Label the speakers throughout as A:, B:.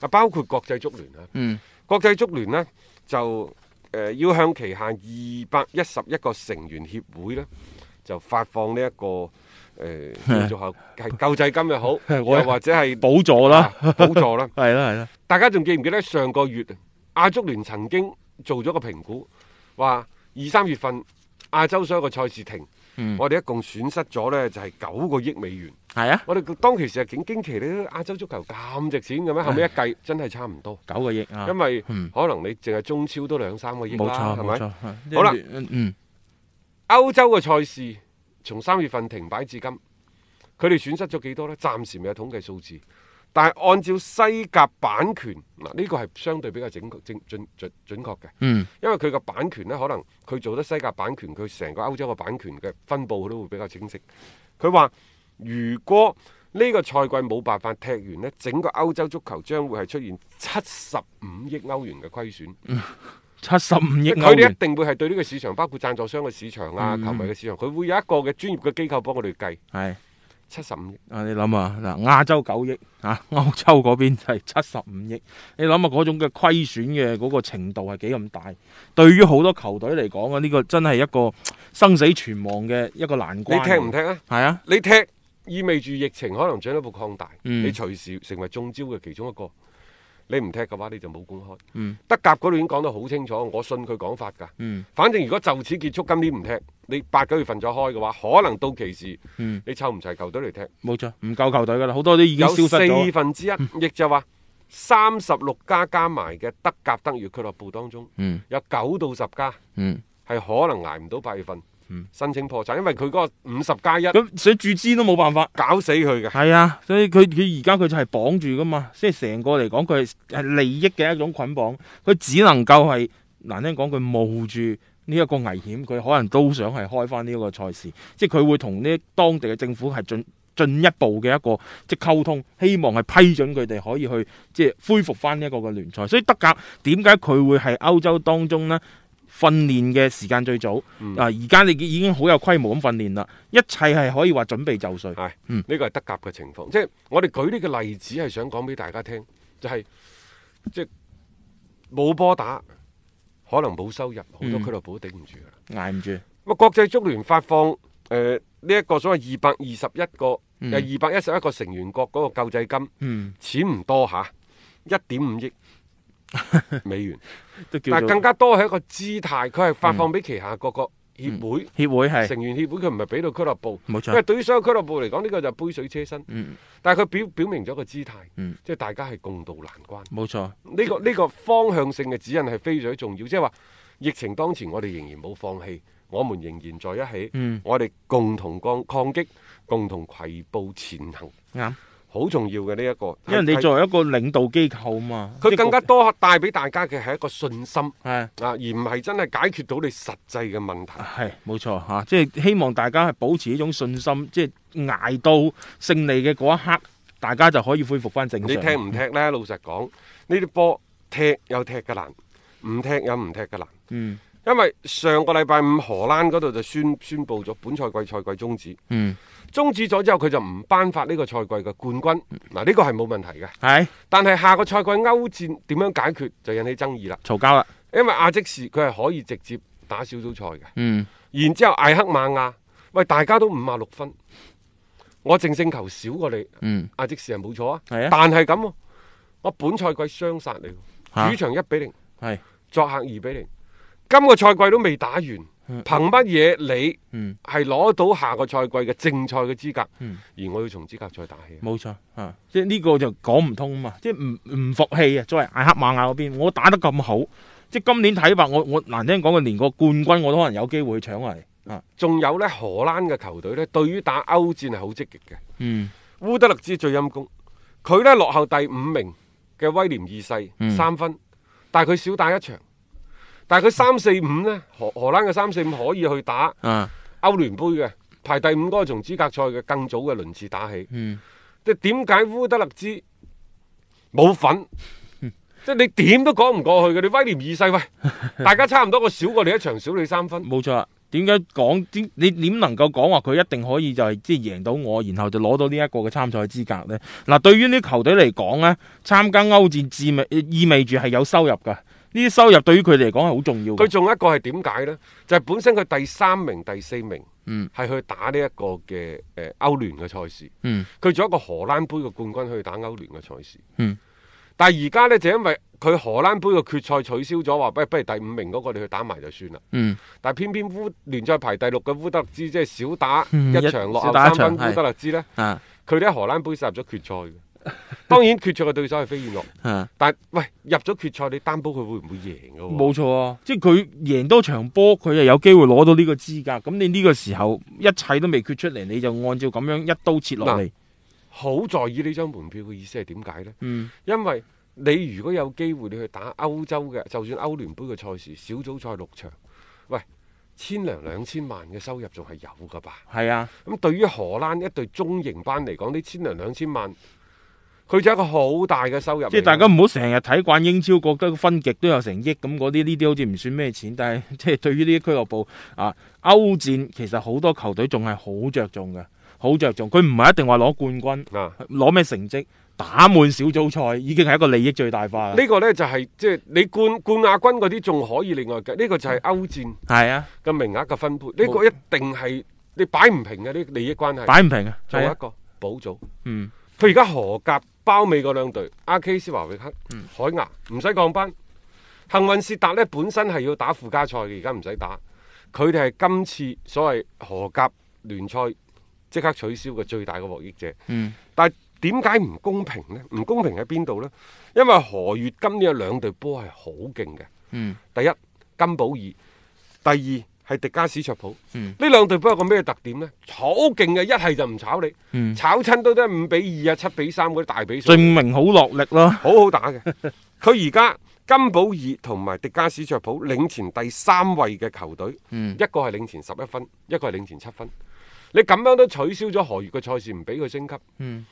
A: 啊，包括國際足聯啊。
B: 嗯，
A: 國際足聯呢，就誒、呃要向旗下二百一十一個成員協會呢，就發放呢、一個誒、 呃叫做係救濟金又好，
B: 我
A: 又或者係
B: 補助啦，
A: 啊補助啦。
B: 係啦係啦，
A: 大家仲記唔記得上個月啊亞足聯曾經做咗個評估，話二三月份亞洲所有嘅賽事停，
B: 嗯
A: 我哋一共損失咗呢就係九個億美元。
B: 係啊，
A: 我哋當其時係景驚奇咧，亞洲足球咁值錢嘅咩？後尾一計真係差唔多，
B: 九個億啊，
A: 因為
B: 嗯
A: 可能你淨係中超都兩三個億
B: 冇
A: 啦，
B: 錯
A: 係
B: 冇
A: 咪？
B: 錯，
A: 好啦
B: 嗯嗯
A: 歐洲嘅賽事從三月份停擺至今，佢哋損失咗幾多呢？暫時未有統計數字，但係按照西甲版權嗱，呢個係相對比較準確、正準準準確嘅，
B: 嗯
A: 因為佢個版權呢，可能佢做得西甲版權，佢成個歐洲嘅版權嘅分佈都會比較清晰。佢話如果呢個賽季冇辦法踢完呢，整個歐洲足球將會係出現七十五億歐元嘅虧損。
B: 七十五億
A: 佢
B: 歐
A: 哋一
B: 元，
A: 定會係對呢個市場，包括贊助商嘅市場啊、
B: 嗯
A: 球迷嘅市場，佢會有一個嘅專業嘅機構幫我哋計
B: 係
A: 七十五億。
B: 啊你諗下嗱亞洲九億啊， 歐洲嗰邊係七十五億，你諗下嗰種嘅虧損嘅嗰個程度係幾咁大？對於好多球隊嚟講啊，呢個真係一個生死存亡嘅一個難
A: 你
B: 關。
A: 踢唔踢啊？
B: 係啊，
A: 你踢意味住疫情可能進一步擴大，
B: 嗯
A: 你隨時成為中招嘅其中一個。你唔踢嘅話，你就冇公開。
B: 嗯
A: 德甲嗰度已經講得好清楚，我信佢講法㗎。
B: 嗯
A: 反正如果就此結束今年唔踢，你八九月份再開嘅話，可能到期時
B: 嗯，
A: 你湊唔齊球隊嚟踢，
B: 冇錯，唔夠球隊噶啦，好多都已經
A: 有
B: 消失
A: 四
B: 咗。嗯
A: 分之一，亦就話三十六家加埋嘅德甲德乙俱樂部當中，
B: 嗯
A: 有九到十家
B: 嗯，
A: 係可能捱唔到八月份
B: 嗯，
A: 申請破產，因為佢嗰個五十加一
B: 咁所以注資都冇辦法。
A: 搞死佢嘅。
B: 係啊，所以佢佢而家佢就係綁住噶嘛，即係成個嚟講，佢係係利益嘅一種捆綁，佢只能夠係難聽講，佢冒住呢一個危險，佢可能都想係開翻呢一個賽事，即係佢會同呢當地嘅政府係進進一步嘅一個即係溝通，希望係批准佢哋可以去即係恢復翻呢一個嘅聯賽。所以德甲點解佢會係歐洲當中呢訓練嘅時間最早？
A: 嗯
B: 啊，而家你已經好有規模咁訓練啦，一切係可以話準備就緒。
A: 係
B: 嗯
A: 呢個係德甲嘅情況，即係我哋舉呢個例子係想講俾大家聽，就係即係冇波打，可能冇收入，好多
B: 嗯
A: 俱樂部都頂唔住㗎啦。
B: 捱唔住。
A: 咁啊，國際足聯發放誒呢一個所謂二百二十一個
B: 嗯
A: 有二百一十一個成員國嗰個救濟金，
B: 嗯，
A: 錢唔多嚇，一點五 億美元，
B: 都叫
A: 但係
B: 做
A: 更加多係一個姿態，佢係發放俾旗下各個協會、
B: 協會嗯係
A: 成員協會，佢唔係俾到俱樂部。
B: 冇
A: 因為
B: 錯。
A: 對於所有俱樂部嚟講，呢、個就係杯水車薪。
B: 嗯，
A: 但係佢表表明咗個姿態，
B: 嗯
A: 即係大家係共度難關。
B: 冇錯。
A: 呢、個呢、個方向性嘅指引係非常之重要，即係話疫情當前，我哋仍然冇放棄，我們仍然在一起，
B: 嗯，
A: 我哋共同抗抗擊，共同攜步前行，
B: 啱。
A: 好重要嘅呢一個。
B: 因為你
A: 係
B: 作為一個領導機構啊嘛，
A: 佢更加
B: 即
A: 多帶俾大家嘅係一個信心啊，
B: 係
A: 而唔係真係解決到你實際嘅問題。
B: 係冇錯嚇，即係希望大家係保持呢種信心，即係捱到勝利嘅嗰一刻，大家就可以恢復翻正常。
A: 你踢唔踢呢？老實講，呢啲波踢有踢嘅難，唔踢有唔踢嘅難。
B: 嗯
A: 因為上個禮拜五荷蘭嗰度就宣宣布咗本賽季賽季終止，
B: 嗯
A: 終止咗之後佢就唔頒發呢個賽季嘅冠軍，嗱呢個係冇問題嘅。
B: 係
A: 但係下個賽季歐戰點樣解決就引起爭議啦，
B: 嘈交啦。
A: 因為亞積士佢係可以直接打小組賽嘅，
B: 嗯
A: 然之後艾克馬亞，喂大家都五啊六分，我淨勝球少過你，
B: 嗯
A: 亞積士係冇錯啊，
B: 係啊
A: 但係咁喎，我本賽季雙殺你喎，
B: 嚇
A: 主場一比零。
B: 係
A: 作客二比零。今個賽季都未打完，
B: 嗯
A: 憑乜嘢你
B: 嗯
A: 係攞到下個賽季嘅正賽嘅資格？
B: 嗯
A: 而我要從資格賽打起。
B: 冇錯啊，即係呢個就講唔通啊嘛，即係唔唔服氣啊！作為艾克馬亞嗰邊，我打得咁好，即係今年睇法，我我難聽講，佢連個冠軍我都可能有機會去搶嚟啊！
A: 仲有呢，荷蘭嘅球隊呢，對於打歐戰係好積極嘅。
B: 嗯
A: 烏德勒支最陰功，佢呢落後第五名，嘅威廉二世、
B: 嗯
A: 三分，但係佢少打一場。但係佢三四五呢，荷荷蘭嘅三四五可以去打
B: 啊，
A: 歐聯杯嘅，排第五嗰個從資格賽嘅更早嘅輪次打起。
B: 嗯，
A: 即係點解烏德勒支冇份？ 即係你點都講唔過去嘅。你威廉二世喂，大家差唔多，我少過你一場，少你三分。
B: 冇錯啦。點解講點？你點能夠講話佢一定可以就係即係贏到我，然後就攞到呢一個嘅參賽資格呢？嗱，對於呢啲球隊嚟講呢，參加歐戰意味意味住係有收入㗎。呢啲收入對於佢哋嚟講係好重要
A: 佢
B: 嘅。
A: 仲有一個係點解呢？就係、本身佢第三名、第四名，
B: 嗯
A: 係去打呢一個嘅誒歐聯嘅賽事。
B: 嗯
A: 佢做一個荷蘭杯嘅冠軍去打歐聯嘅賽事。
B: 嗯
A: 但係而家呢，就因為佢荷蘭杯嘅決賽取消咗，話不如不如第五名嗰個你去打埋就算啦。
B: 嗯，
A: 但係偏偏烏聯賽排第六嘅烏德勒支，即係少打
B: 嗯
A: 一
B: 一
A: 場落
B: 少
A: 後
B: 打一
A: 三
B: 場
A: 分，烏
B: 係
A: 德勒支呢。
B: 啊
A: 佢哋喺荷蘭杯殺入咗決賽嘅。當然決賽嘅對手係飛燕諾，
B: 啊。
A: 但喂入咗決賽，你擔保佢會唔會贏嘅喎？
B: 冇錯啊！即係佢贏多場波，佢就有機會攞到呢個資格。咁你呢個時候一切都未決出嚟，你就按照咁樣一刀切落嚟。
A: 好在意呢張門票嘅意思係點解呢？
B: 嗯
A: 因為你如果有機會你去打歐洲嘅，就算歐聯杯嘅賽事，小組賽六場，喂，千零兩千萬嘅收入仲係有㗎吧？
B: 係啊，
A: 咁對於荷蘭一隊中型班嚟講，呢千零兩千萬，佢就係一個好大嘅收入嚟㗎。
B: 即係大家唔好成日睇慣英超，覺得分極都有成億咁嗰啲，呢啲好似唔算咩錢。但係 即係對於呢啲俱樂部啊，歐戰其實好多球隊仲係好着重嘅，好着重。佢唔係一定話攞冠軍，
A: 啊，
B: 攞咩成績，打滿小組賽已經係一個利益最大化啦。
A: 呢個呢就係即係你冠冠亞軍嗰啲仲可以另外計，呢個
B: 嗯
A: 就係歐戰。
B: 係啊，
A: 嘅名額嘅分配，呢、個一定係你擺唔平嘅呢利益關係。
B: 擺唔平啊，
A: 仲有
B: 係
A: 一
B: 啊，
A: 個補組，
B: 嗯
A: 佢而家荷甲包尾嗰兩隊，阿 K 斯華域克、
B: 嗯
A: 海牙唔使降班。幸運薛達呢本身係要打附加賽嘅，而家唔使打。佢哋係今次所謂荷甲聯賽即刻取消嘅最大嘅獲益者。
B: 嗯
A: 但係點解唔公平呢？唔公平喺邊度呢？因為荷乙今年有兩隊波係好勁嘅。
B: 嗯
A: 第一金寶爾，第二係迪加史卓普。
B: 嗯
A: 呢兩隊波有個咩特點呢？好勁嘅，一係就唔炒你，
B: 嗯。
A: 炒親都得五比二啊、七比三嗰啲大比數
B: 證，明好落力咯。
A: 好好打嘅。 佢而家金寶爾同埋迪加史卓普領前第三位嘅球隊，
B: 嗯
A: 一個係領前十一分，一個係領前七分。你咁樣都取消咗荷乙嘅賽事，唔俾佢升級，
B: 嗯，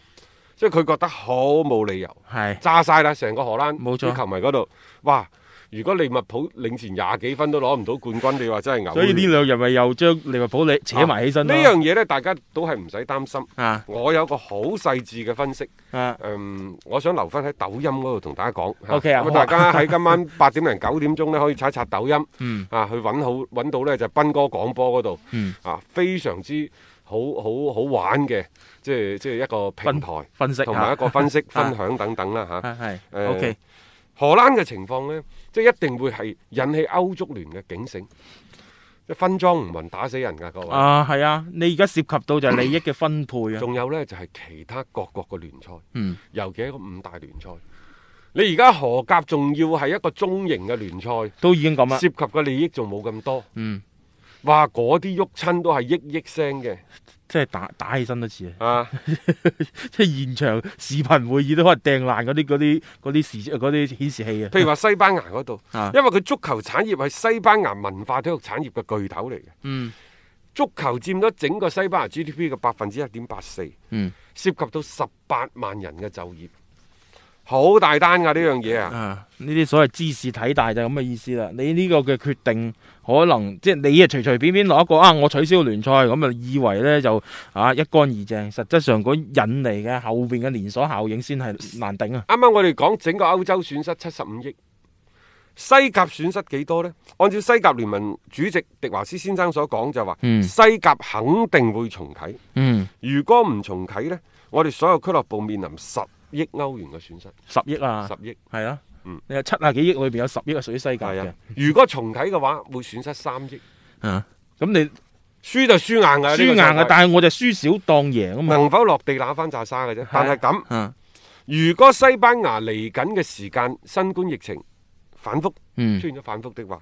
A: 所以佢覺得好冇理由。
B: 係
A: 炸晒啦！成個荷蘭
B: 冇錯
A: 啲球迷嗰度，哇！如果利物浦領前廿幾分都攞唔到冠軍，你話真係牛。
B: 所以呢兩日咪又將利物浦你扯埋起身咯
A: 啊呢樣嘢呢，大家都係唔使擔心。
B: 啊
A: 我有個好細緻嘅分析，
B: 啊，
A: 嗯，我想留翻喺抖音嗰度同大家講。嚇
B: OK
A: 咁
B: 啊好啊
A: 大家 喺今晚八點零九點鐘呢，可以刷一刷抖音
B: 嗯
A: 啊，去揾好揾到呢就斌哥廣播嗰度
B: 嗯，
A: 啊，非常之好好好玩嘅，即係即係一個平台
B: 分析
A: 同埋一
B: 下啊
A: 個分 析分享等等啦嚇。
B: 係
A: 誒
B: OK
A: 荷蘭嘅情況呢，即係一定會係引起歐足聯嘅警醒，即係分裝唔匀打死人㗎，各位。
B: 啊，係啊，你而家涉及到就係利益嘅分配啊，
A: 仲有呢，就係、其他各國嘅聯賽，
B: 嗯
A: 尤其係一個五大聯賽。你而家荷甲仲要係一個中型嘅聯賽，
B: 都已經咁啦，啊
A: 涉及嘅利益仲冇咁多。
B: 嗯，
A: 哇！嗰啲喐親都係億億聲嘅
B: 即係打打起身都似啊，
A: 啊！
B: 即係現場視頻會議都可能掟爛嗰啲嗰啲嗰啲視嗰啲顯示器啊，
A: 譬如話西班牙嗰度，
B: 啊
A: 因為佢足球產業係西班牙文化體育產業嘅巨頭嚟嘅，
B: 嗯
A: 足球佔咗整個西班牙 GDP 嘅百分之一點八四。
B: 嗯
A: 涉及到十八萬人嘅就業，好大單㗎呢樣嘢啊！
B: 啊，呢啲所謂知事體大就係咁嘅意思啦。你呢個嘅決定，可能即係你啊隨隨便便攞一個啊，我取消聯賽咁啊，以為呢就啊一乾二淨，實質上嗰引嚟嘅後邊嘅連鎖效應先係難頂啊。
A: 啱啱我哋講整個歐洲損失七十五億，西甲損失幾多呢？按照西甲聯盟主席迪華斯先生所講就話，
B: 嗯
A: 西甲肯定會重啟。
B: 嗯，
A: 如果唔重啟呢，我哋所有俱樂部面臨十億歐元嘅損失，
B: 十億啊，
A: 十億
B: 係啊
A: 嗯，
B: 你有七啊幾億裏邊有十億係屬於西甲
A: 係
B: 嘅
A: 啊。！如果重啟嘅話，會損失三億，
B: 啊，咁你
A: 輸就輸硬㗎，
B: 輸
A: 呢
B: 硬
A: 個
B: 啊
A: 世，界
B: 但係我就輸少當贏啊嘛。
A: 能否落地揦翻扎沙嘅啫？但係咁。
B: 啊，
A: 如果西班牙嚟緊嘅時間，新冠疫情反覆出
B: 嗯
A: 現咗反覆的話，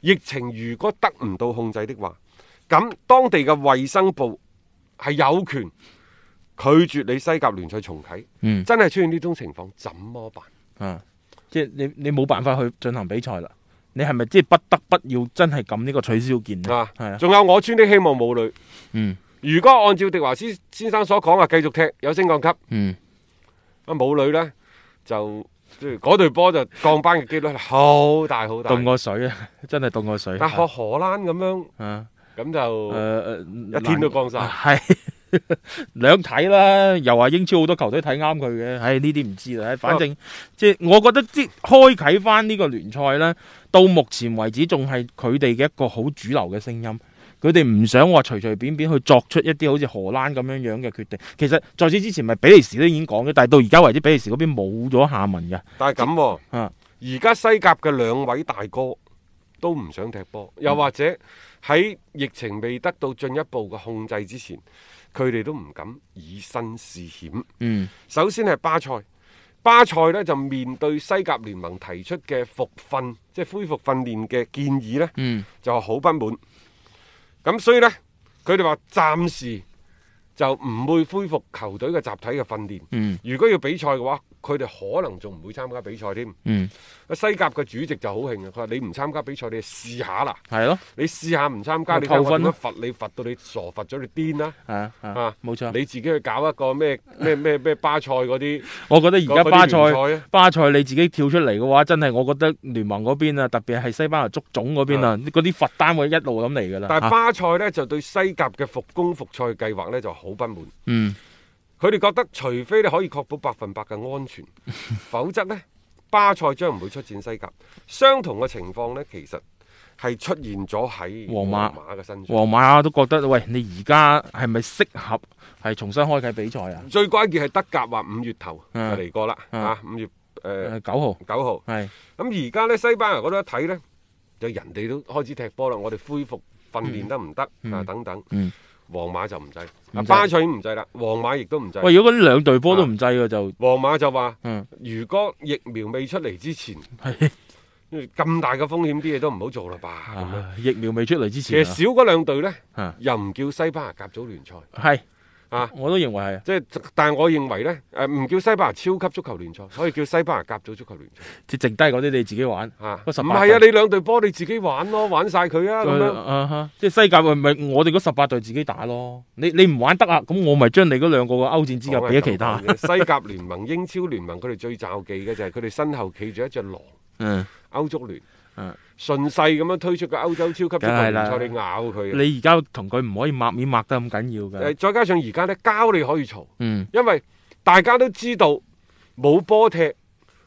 A: 疫情如果得唔到控制的話，咁當地嘅衛生部係有權拒絕你西甲聯賽重啟。
B: 嗯，
A: 真係出現呢種情況，怎麼辦？
B: 啊，即係你你冇辦法去進行比賽啦。你係咪即係不得不要真係撳呢個取消鍵呢？
A: 啊，
B: 係啊，
A: 仲有我村的希望母女。
B: 嗯
A: 如果按照迪華斯先生所講話，啊繼續踢有升降級，
B: 嗯，
A: 啊母女呢，就即係嗰隊波就降班嘅機率係好大好大。
B: 凍過水啊， 真係凍過水。
A: 但學荷蘭咁樣，
B: 啊，
A: 咁
B: 誒
A: 就
B: 誒，
A: 一天都降晒
B: 係 兩睇啦，又話英超好多球隊睇啱佢嘅，唉呢啲唔知啦，唉反正即係我覺得即係開啓翻呢個聯賽咧，到目前為止仲係佢哋嘅一個好主流嘅聲音。佢哋唔想話隨隨便便去作出一啲好似荷蘭咁樣樣嘅決定。其實在此之前，咪比利時都已經講嘅，但係到而家為止，比利時嗰邊冇咗下文嘅。
A: 但係咁喎。
B: 啊
A: 而家西甲嘅兩位大哥都唔想踢波，
B: 嗯
A: 又或者喺疫情未得到進一步嘅控制之前，佢哋都唔敢以身試險。
B: 嗯
A: 首先係巴塞，巴塞呢就面對西甲聯盟提出嘅復訓，即係恢復訓練嘅建議呢，
B: 嗯
A: 就好不滿。咁所以呢，佢哋話暫時就唔會恢復球隊嘅集體嘅訓練。
B: 嗯
A: 如果要比賽嘅話，佢哋可能仲唔會參加比賽添。
B: 嗯，
A: 西甲嘅主席就好興啊嘅，佢話你唔參加比賽，你試下啦，
B: 係咯，
A: 你試下唔參加，
B: 咪
A: 你睇
B: 扣
A: 我
B: 分
A: 點樣
B: 咯
A: 罰你，罰到你傻，罰咗你癲啦！
B: 係啊係啊
A: 啊，
B: 冇錯。
A: 你自己去搞一個咩咩咩咩巴塞嗰啲，
B: 我覺得而家巴
A: 嗰
B: 塞
A: 啲。聯賽啊
B: 巴塞你自己跳出嚟嘅話，真係我覺得聯盟嗰邊啊，特別係西班牙足總嗰邊啊，嗰啲罰單會一路咁嚟㗎啦。
A: 但係
B: 啊
A: 巴塞呢，就對西甲嘅復工復賽計劃呢就好不滿，
B: 嗯
A: 佢哋覺得除非你可以確保百分百嘅安 全，否則呢，巴塞將唔會出戰西甲。相同嘅情況呢，其實係出現咗喺
B: 皇馬
A: 馬嘅身上。
B: 皇馬都覺得喂，你而家係咪適合係重新開啟比賽啊？
A: 最關鍵係德甲話五月頭就
B: 嗯
A: 嚟過啦，
B: 嗯
A: 啊五月誒
B: 誒九號
A: 九號。
B: 係
A: 咁而家呢，西班牙嗰度一睇呢，就人哋都開始踢波啦，我哋恢復訓練得唔得
B: 嗯
A: 啊？等等
B: 嗯，
A: 皇馬就唔制，
B: 唔
A: 啊
B: 制
A: 巴塞唔制啦，皇馬亦都唔制。
B: 喂，如果嗰兩隊波都唔制嘅就
A: 皇馬就話：
B: 嗯
A: 如果疫苗未出嚟之前，
B: 係
A: 咁大嘅風險啲嘢都唔好做啦吧。咁樣
B: 啊疫苗未出嚟之
A: 其實
B: 前
A: 少嗰兩隊呢，
B: 啊
A: 又唔叫西班牙甲組聯賽
B: 啊係
A: 啊。
B: 我都認為係，
A: 即係，但係我認為呢，誒唔叫西班牙超級足球聯賽，可以叫西班牙甲組足球聯賽。
B: 即係剩低嗰啲你自己玩。
A: 啊，唔
B: 嗰18
A: 係啊，你兩隊波你自己玩咯，玩晒佢啊咁樣。
B: 啊哈即係西甲咪咪我哋嗰十八隊自己打咯。你你唔玩得啊，咁我咪將你嗰兩個嘅歐戰資格俾咗其他。
A: 啊西甲聯盟、英超聯盟，佢哋最罩忌嘅就係佢哋身後企住一隻狼，
B: 嗯。
A: 歐足聯。
B: 嗯
A: 順勢咁樣推出個歐洲超級足球聯賽，
B: 梗係啦
A: 你咬佢啊。
B: 你而家同佢唔可以抹面抹得咁緊要㗎。
A: 誒再加上而家呢，膠你可以嘈，
B: 嗯
A: 因為大家都知道冇波踢，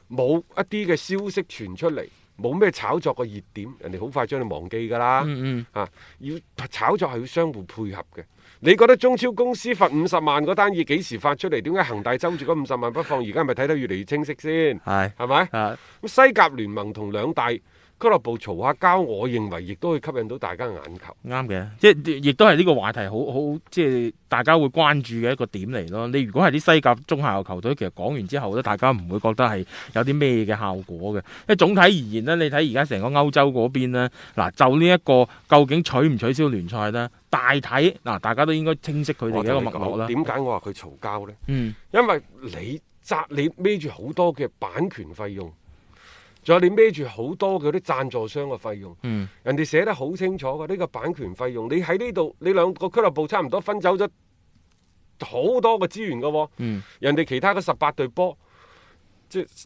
A: 冇一啲嘅消息傳出嚟，冇咩炒作嘅熱點，人哋好快將你忘記㗎啦。
B: 嗯
A: 啊，要炒作係要相互配合嘅。你覺得中超公司罰五十萬嗰單嘢幾時發出嚟？點解恒大揪住嗰五十萬不放？而家係咪睇得越嚟越清晰先
B: 嗯，？係
A: 係咪？
B: 啊，
A: 咁西甲聯盟同兩大俱樂部嘈下交，我認為亦都會吸引到大家眼球。
B: 啱嘅，即係亦都係呢個話題好好，即係大家會關注嘅一個點嚟咯。你如果係啲西甲中下游球隊，其實講完之後咧，大家唔會覺得係有啲咩嘅效果嘅。因為總體而言呢，你睇而家成個歐洲嗰邊呢，嗱就呢一個究竟取唔取消聯賽呢？大體嗱，大家都應該清晰佢哋嘅一個脈絡
A: 哦我同你講
B: 啦。
A: 點解我話佢嘈交呢？
B: 嗯
A: 因為你責你孭住好多嘅版權費用，仲有你孭住好多嘅啲贊助商嘅費用。
B: 嗯
A: 人哋寫得好清楚嘅呢、個版權費用，你喺呢度你兩個俱樂部差唔多分走咗好多個資源嘅喎、
B: 嗯
A: 人哋其他嗰十八隊波，即係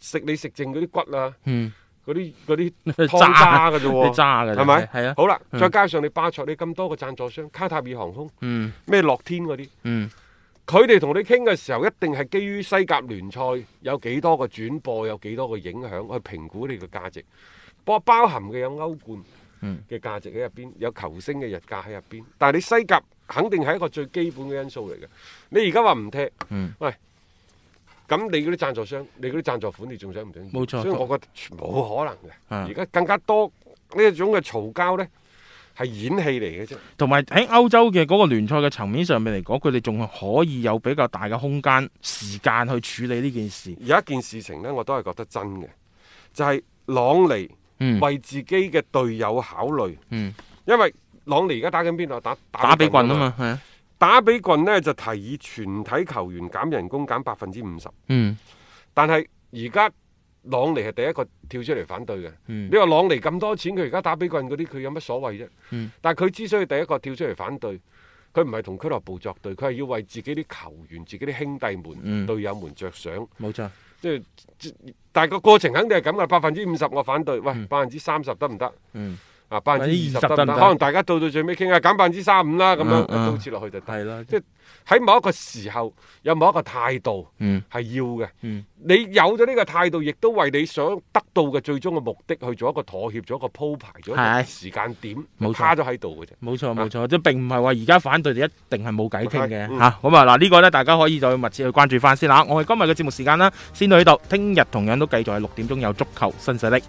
A: 食你食剩嗰啲骨啊，
B: 嗯，
A: 嗰啲嗰啲湯
B: 渣
A: 渣嘅啫
B: 你
A: 喎，
B: 渣嘅
A: 嗯哦係咪
B: 係啊，
A: 好啦，
B: 嗯
A: 再加上你巴塞你咁多個贊助商，卡塔爾航空、
B: 嗯
A: 咩樂天嗰啲，
B: 嗯。
A: 佢哋同你傾嘅時候，一定係基於西甲聯賽有幾多個轉播，有幾多個影響去評估你嘅價值。包包含嘅有歐冠
B: 嗯
A: 嘅價值喺入邊，有球星嘅日價喺入邊。但係你西甲肯定係一個最基本嘅因素嚟嘅。你而家話唔踢，
B: 嗯
A: 喂，咁你嗰啲贊助商，你嗰啲贊助款，你仲想唔想要？
B: 冇錯
A: 所以我覺得冇可能嘅。
B: 啊
A: 而家更加多呢一種嘅嘈交呢，係演戲嚟嘅啫。
B: 同埋喺歐洲嘅嗰個聯賽嘅層面上面嚟講，佢哋仲可以有比較大嘅空間、時間去處理呢件事。
A: 有一件事情呢，我都係覺得真嘅，就係、朗尼。
B: 嗯
A: 為自己嘅隊友考慮，
B: 嗯，
A: 因為朗尼而家打緊邊度？打
B: 打比棍啊
A: 嘛！
B: 嘛，係啊，
A: 打比棍呢就提議全體球員減人工減百分之五十，
B: 嗯
A: 但係而家朗尼係第一個跳出嚟反對嘅。
B: 嗯
A: 你話朗尼咁多錢，佢而家打比棍嗰啲，佢有乜所謂啫？
B: 嗯
A: 但係佢之所以第一個跳出嚟反對，佢唔係同俱樂部作對，佢係要為自己啲球員、自己啲兄弟們、
B: 嗯
A: 隊友們着想。
B: 冇錯，
A: 即係，但係個過程肯定係咁噶，百分之五十我反對，喂
B: 嗯，
A: 百分之三十得唔得？
B: 嗯，
A: 啊，百分之
B: 20%
A: 二十得唔
B: 得
A: 得？
B: 唔得
A: 可能大家到到最尾傾下減百分之三五啦，咁樣
B: 嗯嗯
A: 都切落去就得。
B: 係啦，
A: 即係喺某一個時候，有某一個態度
B: 嗯
A: 係要嘅。
B: 嗯
A: 你有咗呢個態度，亦都為你想得到嘅最終嘅目的去做一個妥協，做一個鋪排，做一個
B: 係
A: 時間點，
B: 冇錯
A: 卡咗喺度嘅啫。
B: 冇錯冇錯，即係並唔係話而家反對就一定啊係冇偈傾嘅
A: 嗯
B: 嚇。啊咁啊嗱，呢個呢，大家可以再密切去關注翻先啦。我哋今日嘅節目時間啦，先到呢度，聽日同樣都繼續係六點鐘有足球新勢力。